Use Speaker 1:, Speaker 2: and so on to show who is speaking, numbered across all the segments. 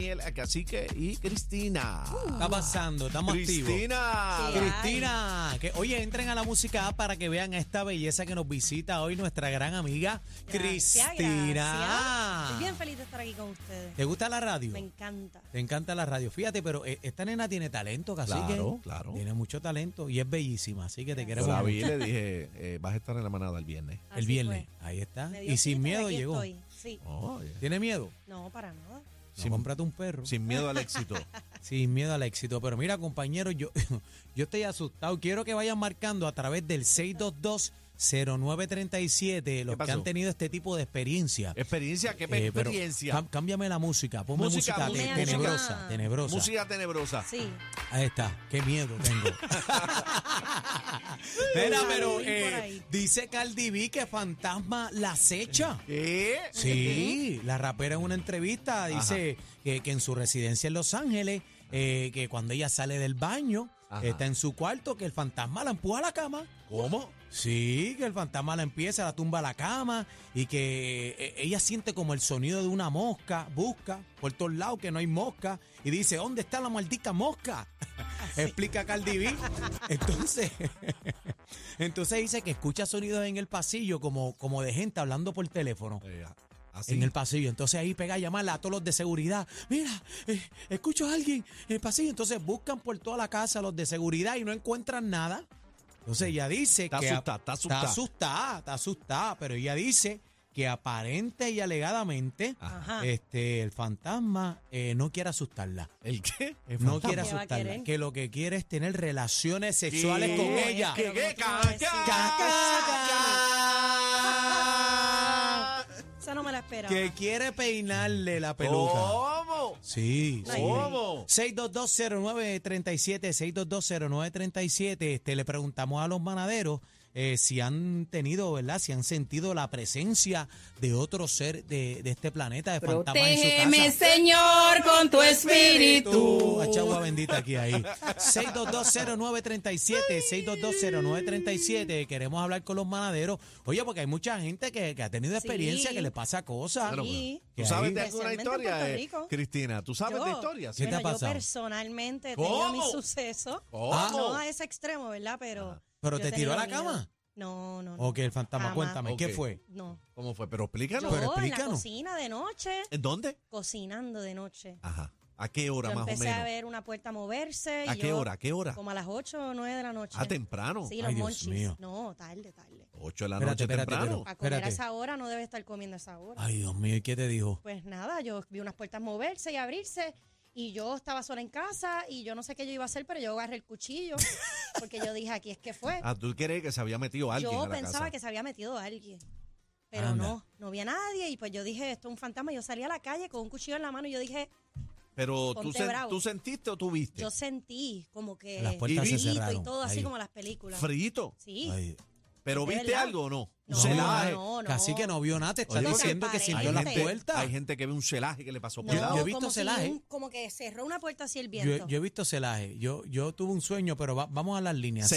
Speaker 1: Daniel, Cacique y Cristina.
Speaker 2: Está pasando, estamos activos.
Speaker 1: Cristina.
Speaker 2: Cristina, que oye, entren a la música app para que vean esta belleza que nos visita hoy nuestra gran amiga
Speaker 3: Gracias,
Speaker 2: Cristina.
Speaker 3: gracias. Estoy bien feliz de estar aquí con ustedes.
Speaker 2: ¿Te gusta la radio?
Speaker 3: Me encanta.
Speaker 2: Te encanta la radio. Fíjate, pero eh, esta nena tiene talento, casi
Speaker 1: Claro, claro.
Speaker 2: Tiene mucho talento y es bellísima, así que te
Speaker 1: Yo
Speaker 2: queremos
Speaker 1: la
Speaker 2: mucho.
Speaker 1: vi y le dije, eh, vas a estar en la manada el viernes.
Speaker 2: el
Speaker 3: Así
Speaker 2: viernes.
Speaker 3: fue.
Speaker 2: Ahí está.
Speaker 3: Me dio
Speaker 2: Y sin
Speaker 3: cita
Speaker 2: miedo
Speaker 3: aquí
Speaker 2: llegó.
Speaker 3: estoy. Sí.
Speaker 1: Oye.
Speaker 2: ¿Tiene miedo?
Speaker 3: No, para nada.
Speaker 2: No,
Speaker 1: Sin-
Speaker 2: cómprate un perro.
Speaker 1: Sin miedo al éxito.
Speaker 2: Sin miedo al éxito. Pero mira, compañero, yo, yo estoy asustado. Quiero que vayan marcando a través del 622-0937 los que
Speaker 1: pasó?
Speaker 2: han tenido este tipo de experiencia.
Speaker 1: experiencia, qué
Speaker 2: Eh, pero
Speaker 1: experiencia.
Speaker 2: cám- cámbiame la música, ponme
Speaker 1: Música,
Speaker 2: música,
Speaker 3: música,
Speaker 2: te-
Speaker 3: música.
Speaker 2: tenebrosa, tenebrosa.
Speaker 1: Música tenebrosa.
Speaker 3: Sí.
Speaker 2: Ahí está, qué miedo tengo. Mira, pero
Speaker 3: Ay, por
Speaker 2: eh,
Speaker 3: ahí.
Speaker 2: dice Cardi B que Fantasma la acecha.
Speaker 1: ¿Qué?
Speaker 2: Sí, la rapera en una entrevista dice que, que en su residencia en Los Ángeles, eh, que cuando ella sale del baño,
Speaker 1: Ajá.
Speaker 2: está en su cuarto, que el fantasma la empuja a la cama.
Speaker 1: ¿Cómo?
Speaker 2: Sí, que el fantasma la empieza, la tumba a la cama y que eh, ella siente como el sonido de una mosca, busca por todos lados que no hay mosca y dice, ¿dónde está la maldita mosca? Explica Cardi B. Entonces, entonces dice que escucha sonidos en el pasillo como, como de gente hablando por teléfono.
Speaker 1: Eh, así.
Speaker 2: En el pasillo. Entonces ahí pega a llamarla a todos los de seguridad. Mira, eh, escucho a alguien en el pasillo. Entonces buscan por toda la casa los de seguridad y no encuentran nada. Entonces ella dice
Speaker 1: Está
Speaker 2: que.
Speaker 1: asustada, está asustada.
Speaker 2: Está asustada, está asustada, Pero ella dice que aparente y alegadamente
Speaker 3: Ajá.
Speaker 2: este, el fantasma eh, no quiere asustarla.
Speaker 1: ¿El qué?
Speaker 2: No quiere
Speaker 3: ¿Qué va a
Speaker 2: asustarla.
Speaker 3: querer?
Speaker 2: Que lo que quiere es tener relaciones sexuales
Speaker 1: ¿Qué?
Speaker 2: con ella.
Speaker 1: ¿Qué, qué?
Speaker 3: Pero ¿cómo tú vas a decir?
Speaker 1: Ca,
Speaker 2: Ca, ca, ca.
Speaker 3: Esa no me la esperaba.
Speaker 2: Que quiere peinarle
Speaker 1: Oh.
Speaker 2: la peluca.
Speaker 1: ¿Cómo?
Speaker 2: Sí, sí.
Speaker 1: ¿Cómo?
Speaker 2: 6220937, 6220937. Este, le preguntamos a los manaderos eh, si han tenido, ¿verdad? Si han sentido la presencia de otro ser de, de este planeta, de fantasmas en su casa.
Speaker 4: Señor, con tu
Speaker 2: Tú, hacha agua bendita aquí ahí. 6220937, 6220937. Queremos hablar con los manaderos. Oye, porque hay mucha gente que, que ha tenido experiencia,
Speaker 3: Sí.
Speaker 2: que le pasa cosas.
Speaker 3: Claro,
Speaker 1: Sí.
Speaker 2: Que
Speaker 1: ¿Tú sabes
Speaker 2: ahí-
Speaker 1: de alguna
Speaker 3: Especialmente en
Speaker 1: historia,
Speaker 3: Puerto
Speaker 1: eh,
Speaker 3: Rico.
Speaker 1: Cristina? ¿Tú sabes
Speaker 3: Yo-
Speaker 1: de historia?
Speaker 2: ¿Qué te
Speaker 3: bueno,
Speaker 2: ha pasado?
Speaker 3: Yo personalmente he
Speaker 1: ¿Cómo?
Speaker 3: tenido mis sucesos.
Speaker 1: ¿Cómo?
Speaker 3: No a ese extremo, ¿verdad? Pero.
Speaker 1: Ajá.
Speaker 2: ¿Pero
Speaker 3: yo
Speaker 2: te
Speaker 3: he
Speaker 2: tiró a la
Speaker 3: tenido miedo.
Speaker 2: cama?
Speaker 3: No, no. no.
Speaker 2: Ok, el fantasma,
Speaker 3: Jamás.
Speaker 2: cuéntame, ¿qué
Speaker 1: Ok.
Speaker 2: fue?
Speaker 3: No.
Speaker 1: ¿Cómo fue? Pero explícanos.
Speaker 3: Yo
Speaker 2: Pero
Speaker 3: en la
Speaker 2: explícanos.
Speaker 3: cocina de noche,
Speaker 1: ¿En dónde?
Speaker 3: cocinando de noche.
Speaker 1: Ajá. ¿A qué hora
Speaker 3: yo
Speaker 1: más o
Speaker 3: empecé a
Speaker 1: menos?
Speaker 3: ver una puerta moverse. y
Speaker 1: ¿A qué
Speaker 3: yo-
Speaker 1: hora? ¿A qué hora?
Speaker 3: Como a las 8 o 9 de la noche.
Speaker 1: Ah, temprano.
Speaker 3: Sí, los
Speaker 2: Ay, Dios
Speaker 3: monchis.
Speaker 2: mío.
Speaker 3: No, tarde, tarde.
Speaker 1: 8 de la
Speaker 2: Espérate,
Speaker 1: noche
Speaker 2: espérate,
Speaker 1: temprano.
Speaker 3: A comer a
Speaker 2: Espérate. Ah.
Speaker 3: esa hora no debe estar comiendo a esa hora.
Speaker 2: Ay, Dios mío, ¿y qué te dijo?
Speaker 3: Pues nada, yo vi unas puertas moverse y abrirse y yo estaba sola en casa y yo no sé qué yo iba a hacer, pero yo agarré el cuchillo porque yo dije, aquí es que fue.
Speaker 1: Ah, tú crees que se había metido alguien
Speaker 3: yo
Speaker 1: a la
Speaker 3: pensaba
Speaker 1: casa.
Speaker 3: que se había metido alguien. Pero
Speaker 2: Anda.
Speaker 3: no, no había nadie y pues yo dije, esto es un fantasma. Yo salí a la calle con un cuchillo en la mano y yo dije,
Speaker 1: Pero tú,
Speaker 3: Ponte
Speaker 1: sen-
Speaker 3: bravo.
Speaker 1: tú sentiste o tú viste.
Speaker 3: yo sentí como que
Speaker 2: Las puertas se
Speaker 1: grito
Speaker 3: grito
Speaker 2: cerraron.
Speaker 3: y todo así
Speaker 2: ahí.
Speaker 3: como las películas.
Speaker 1: Frito.
Speaker 3: Sí.
Speaker 2: Ay,
Speaker 1: Pero
Speaker 3: ¿De
Speaker 1: viste
Speaker 3: verdad?
Speaker 1: algo o no? Un
Speaker 3: No,
Speaker 1: celaje.
Speaker 3: no, no.
Speaker 2: Casi que no vio nada, te está
Speaker 1: Oye, porque
Speaker 2: diciendo que sintió
Speaker 3: hay
Speaker 2: las
Speaker 3: gente-
Speaker 2: puertas.
Speaker 1: Hay gente que ve un celaje que le pasó por
Speaker 3: No,
Speaker 1: el lado.
Speaker 2: Pues, yo he visto
Speaker 3: como si
Speaker 2: celaje.
Speaker 3: un- como que cerró una puerta así el
Speaker 2: Yo,
Speaker 3: viento.
Speaker 2: yo he visto celaje. Yo, yo tuve un sueño, pero va- vamos a las líneas.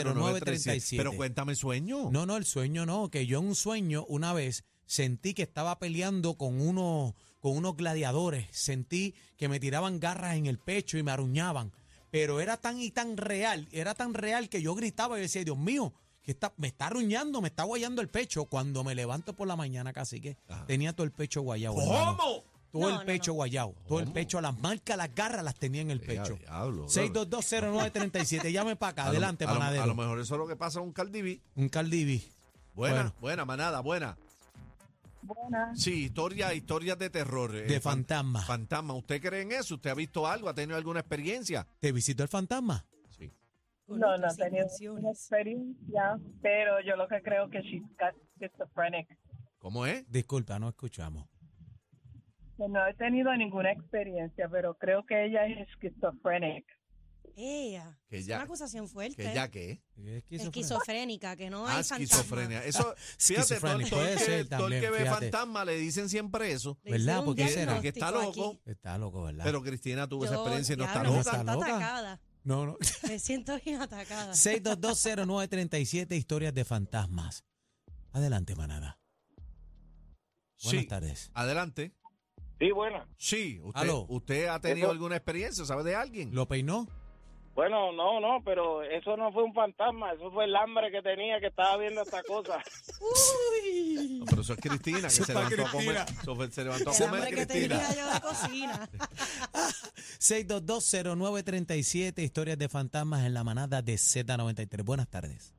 Speaker 1: 6220937. Pero
Speaker 2: 6220937.
Speaker 1: cuéntame el sueño.
Speaker 2: No, no, el sueño no, que yo en un sueño una vez sentí que estaba peleando con unos, con unos gladiadores. Sentí que me tiraban garras en el pecho y me aruñaban. Pero era tan y tan real, era tan real que yo gritaba y decía, Dios mío, que está, me está arruñando, me está guayando el pecho. Cuando me levanto por la mañana, casi que
Speaker 1: Ajá.
Speaker 2: tenía todo el pecho guayado. hermano.
Speaker 1: ¿Cómo?
Speaker 2: Todo
Speaker 3: No,
Speaker 2: el
Speaker 3: no,
Speaker 2: pecho
Speaker 3: no.
Speaker 2: guayado, todo el pecho, las marcas, las garras las tenía en el
Speaker 1: Ya,
Speaker 2: pecho.
Speaker 1: diablo,
Speaker 2: 6220937, llame para acá, adelante,
Speaker 1: a lo,
Speaker 2: panadero.
Speaker 1: A lo Eh, mejor eso es lo que pasa a un Cardiví.
Speaker 2: Un Caldiví.
Speaker 1: Buena,
Speaker 2: Bueno.
Speaker 1: buena, manada, buena. Buena. Sí, historia, historias de terror. eh,
Speaker 2: De
Speaker 1: fan-
Speaker 2: fantasma.
Speaker 1: Fantasma. ¿Usted cree en eso? ¿Usted ha visto algo? ¿Ha tenido alguna experiencia?
Speaker 2: ¿Te visitó el fantasma?
Speaker 1: Sí.
Speaker 3: con
Speaker 5: No, no
Speaker 3: otras
Speaker 5: he tenido una
Speaker 3: intenciones.
Speaker 5: experiencia, pero yo lo que creo que she's got schizophrenic.
Speaker 1: ¿Cómo es?
Speaker 2: Disculpa, no escuchamos.
Speaker 5: No he tenido ninguna experiencia, pero creo que ella es schizophrenic.
Speaker 3: Ea,
Speaker 1: Que
Speaker 3: es
Speaker 1: ya-
Speaker 3: una acusación fuerte.
Speaker 1: ¿Que ya qué?
Speaker 3: Esquizofrénica, que no hay
Speaker 1: Ah,
Speaker 3: fantasma.
Speaker 1: esquizofrenia. Eso, fíjate, todo,
Speaker 2: Esquizofrénico,
Speaker 1: todo el
Speaker 2: Ah, puede
Speaker 1: que-
Speaker 2: ser
Speaker 1: todo el
Speaker 2: también,
Speaker 1: que ve
Speaker 2: fíjate.
Speaker 1: fantasma le dicen siempre eso.
Speaker 3: Le hicieron
Speaker 2: ¿Verdad?
Speaker 3: un
Speaker 2: ¿Por qué será?
Speaker 1: Que está
Speaker 3: diagnóstico
Speaker 1: loco.
Speaker 3: aquí.
Speaker 2: Está loco, ¿verdad?
Speaker 1: Pero Cristina tuvo esa
Speaker 3: Yo,
Speaker 1: experiencia y no está
Speaker 3: diablo, me
Speaker 2: loca.
Speaker 3: siento
Speaker 2: ¿Está loca?
Speaker 3: atacada.
Speaker 2: no, no.
Speaker 3: Me siento bien atacada.
Speaker 2: 6220937, historias de fantasmas. Adelante, manada. Buenas
Speaker 1: Sí.
Speaker 2: tardes.
Speaker 1: Adelante.
Speaker 4: Sí, buena.
Speaker 1: Sí, usted,
Speaker 2: Aló.
Speaker 1: usted ha tenido
Speaker 4: Eso-
Speaker 1: alguna experiencia, ¿sabe de alguien?
Speaker 2: ¿Lo peinó?
Speaker 4: Bueno, no, no, pero eso no fue un fantasma, eso fue el hambre que tenía que estaba viendo esta cosa.
Speaker 1: No, pero eso es Cristina, que
Speaker 2: Eso
Speaker 1: se
Speaker 2: fue
Speaker 1: levantó, a comer,
Speaker 2: Cristina.
Speaker 1: eso fue- se levantó a
Speaker 3: El
Speaker 1: comer
Speaker 3: hambre que
Speaker 1: Cristina.
Speaker 3: tenía yo de cocina.
Speaker 2: 6220937, historias de fantasmas en la manada de Z93. Buenas tardes.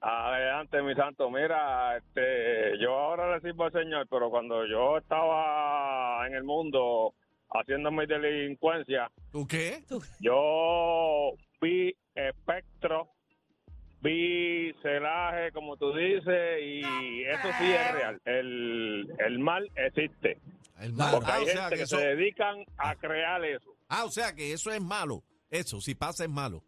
Speaker 4: Ah, Adelante, mi santo. Mira, este, yo ahora le sirvo al Señor, pero cuando yo estaba en el mundo haciendo mi delincuencia,
Speaker 1: ¿Tú qué?
Speaker 4: yo vi espectro, vi celaje, como tú dices, y eso sí es real. El, el mal existe.
Speaker 1: El malo.
Speaker 2: Claro.
Speaker 4: Porque
Speaker 1: Ah,
Speaker 4: hay
Speaker 1: o sea
Speaker 4: gente
Speaker 1: que
Speaker 4: que
Speaker 1: eso,
Speaker 4: se dedican a crear eso.
Speaker 1: ah, o sea que eso es malo. Eso, si pasa es malo.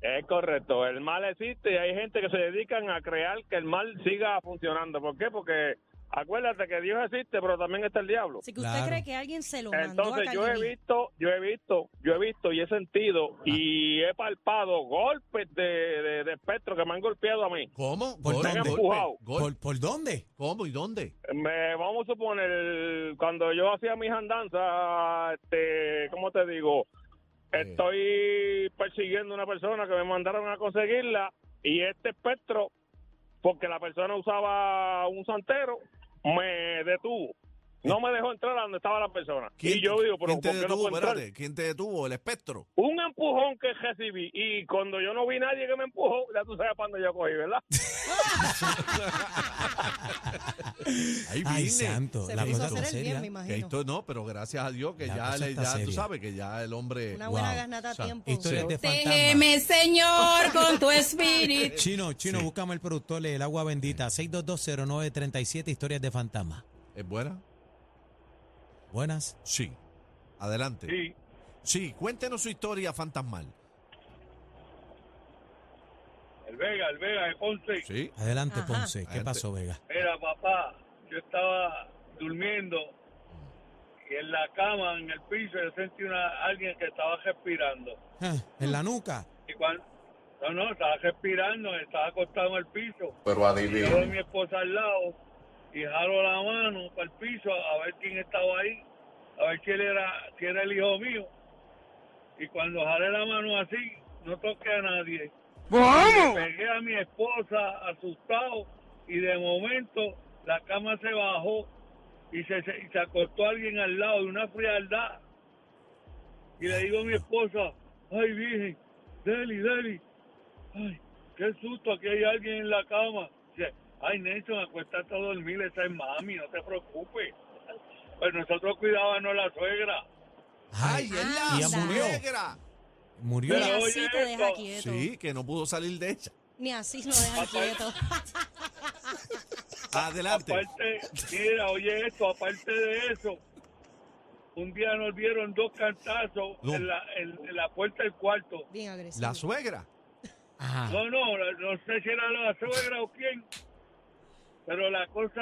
Speaker 4: Es correcto, el mal existe y hay gente que se dedican a crear que el mal siga funcionando. ¿Por qué? Porque acuérdate que Dios existe, pero también está el diablo.
Speaker 3: Así que usted
Speaker 2: Claro.
Speaker 3: cree que alguien se lo mandó
Speaker 4: Entonces
Speaker 3: a
Speaker 4: yo he
Speaker 3: Carlini.
Speaker 4: visto, yo he visto, yo he visto y he sentido y he palpado golpes de, de, de espectro que me han golpeado a mí.
Speaker 1: ¿Cómo?
Speaker 2: Por
Speaker 1: Golpe,
Speaker 2: dónde.
Speaker 1: golpe, golpe.
Speaker 2: ¿Por, por dónde?
Speaker 1: ¿Cómo y dónde?
Speaker 4: Me, vamos a suponer, cuando yo hacía mis andanzas, este, ¿cómo te digo? Estoy persiguiendo una persona que me mandaron a conseguirla y este espectro, porque la persona usaba un santero, me detuvo. No me dejó entrar a donde estaba la persona. Y yo digo, pero
Speaker 1: ¿quién te
Speaker 4: ¿por qué no
Speaker 1: detuvo?
Speaker 4: puedo entrar?
Speaker 1: Espérate, ¿quién te detuvo? El espectro.
Speaker 4: Un empujón que recibí y cuando yo no vi nadie que me empujó, ya tú sabes cuándo yo cogí, ¿verdad?
Speaker 1: Ahí viene.
Speaker 2: Ay, santo.
Speaker 3: Se
Speaker 2: la
Speaker 3: puso a
Speaker 2: cosa
Speaker 3: hacer el
Speaker 2: seria.
Speaker 3: bien, me
Speaker 1: Que
Speaker 3: imagino.
Speaker 1: esto no, pero gracias a Dios que
Speaker 2: La
Speaker 1: ya,
Speaker 2: cosa
Speaker 1: le-
Speaker 2: está
Speaker 1: ya tú
Speaker 2: seria.
Speaker 1: sabes que ya el hombre.
Speaker 3: Una buena
Speaker 2: Wow.
Speaker 3: garnata
Speaker 1: O sea,
Speaker 3: a tiempo.
Speaker 2: Historias de fantasmas.
Speaker 6: Déjeme, Señor, con tu espíritu.
Speaker 2: Chino, chino, búscame el productor, el agua bendita. 6220937, historias de fantasmas.
Speaker 1: ¿Es buena?
Speaker 2: Buenas.
Speaker 1: Sí. Adelante. Sí. cuéntenos su historia fantasmal.
Speaker 4: el Vega, el Vega, el Ponce.
Speaker 1: Sí.
Speaker 2: Adelante,
Speaker 3: Ajá.
Speaker 2: Ponce. ¿Qué
Speaker 1: Adelante.
Speaker 2: pasó, Vega?
Speaker 4: Mira, papá, yo estaba durmiendo y en la cama, en el piso, yo sentí una, alguien que estaba respirando.
Speaker 2: Ah, En la nuca.
Speaker 4: Y cuando, no, no, estaba respirando, estaba acostado en el piso.
Speaker 7: Pero
Speaker 4: Y yo
Speaker 7: adivina.
Speaker 4: de mi esposa al lado y jalo la mano para el piso a ver quién estaba ahí, a ver si él era, si era el hijo mío. Y cuando jalé la mano así, no toqué a nadie. Le pegué a mi esposa asustado y de momento la cama se bajó y se, se- y se acostó alguien al lado de una frialdad. Y le digo a mi esposa, ay virgen, Deli, Deli, ay, qué susto, aquí hay alguien en la cama. Dice, ay Nelson, acuéstate a dormir, esa es mami, no te preocupes. Pues nosotros cuidábamos a la suegra.
Speaker 1: ¡Ay, es la
Speaker 2: y ya murió.
Speaker 1: suegra!
Speaker 2: Murió.
Speaker 3: Ni
Speaker 4: Pero
Speaker 2: la-
Speaker 3: así
Speaker 4: oye
Speaker 3: te deja
Speaker 4: esto.
Speaker 3: quieto.
Speaker 1: Sí, que no pudo salir de ella.
Speaker 3: Ni así lo deja quieto.
Speaker 1: Adelante.
Speaker 4: Aparte, mira, oye esto, aparte de eso, un día nos dieron dos cantazos
Speaker 1: No.
Speaker 4: en, la, en- en la puerta del cuarto.
Speaker 3: Bien agresivo.
Speaker 1: La suegra.
Speaker 2: Ajá.
Speaker 4: No, no, la- no sé si era la suegra o quién, pero la cosa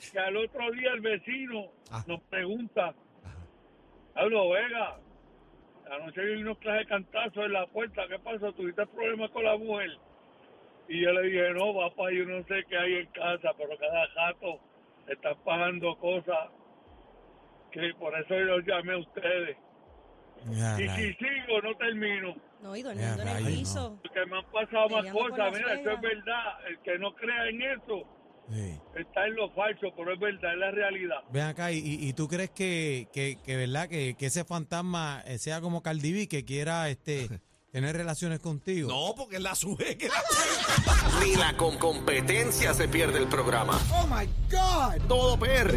Speaker 4: es que al otro día el vecino
Speaker 1: Ah.
Speaker 4: nos pregunta, hablo Vega, anoche vi unos clases de cantazos en la puerta, ¿qué pasó? ¿Tuviste problemas con la mujer? Y yo le dije, no, papá, yo no sé qué hay en casa, pero cada rato están pasando cosas que por eso yo llamé a ustedes.
Speaker 2: Ah,
Speaker 4: Y si
Speaker 2: rayos.
Speaker 4: sigo, no termino.
Speaker 3: No, y durmiendo en
Speaker 2: rayos,
Speaker 3: el
Speaker 2: no.
Speaker 3: piso.
Speaker 4: Porque me han pasado más
Speaker 3: Peleando con la
Speaker 4: cosas, mira, eso
Speaker 3: suegra.
Speaker 4: es verdad. El que no crea en eso
Speaker 2: Sí.
Speaker 4: está en lo falso, pero es verdad, es la realidad.
Speaker 2: Ven acá, y, y- y tú crees que, que, que, ¿verdad? Que, que ese fantasma eh, sea como Cardi B, que quiera este, tener relaciones contigo.
Speaker 1: No, porque es la suegra.
Speaker 7: Ni la con competencia se pierde el programa. Oh my God. Todo PR.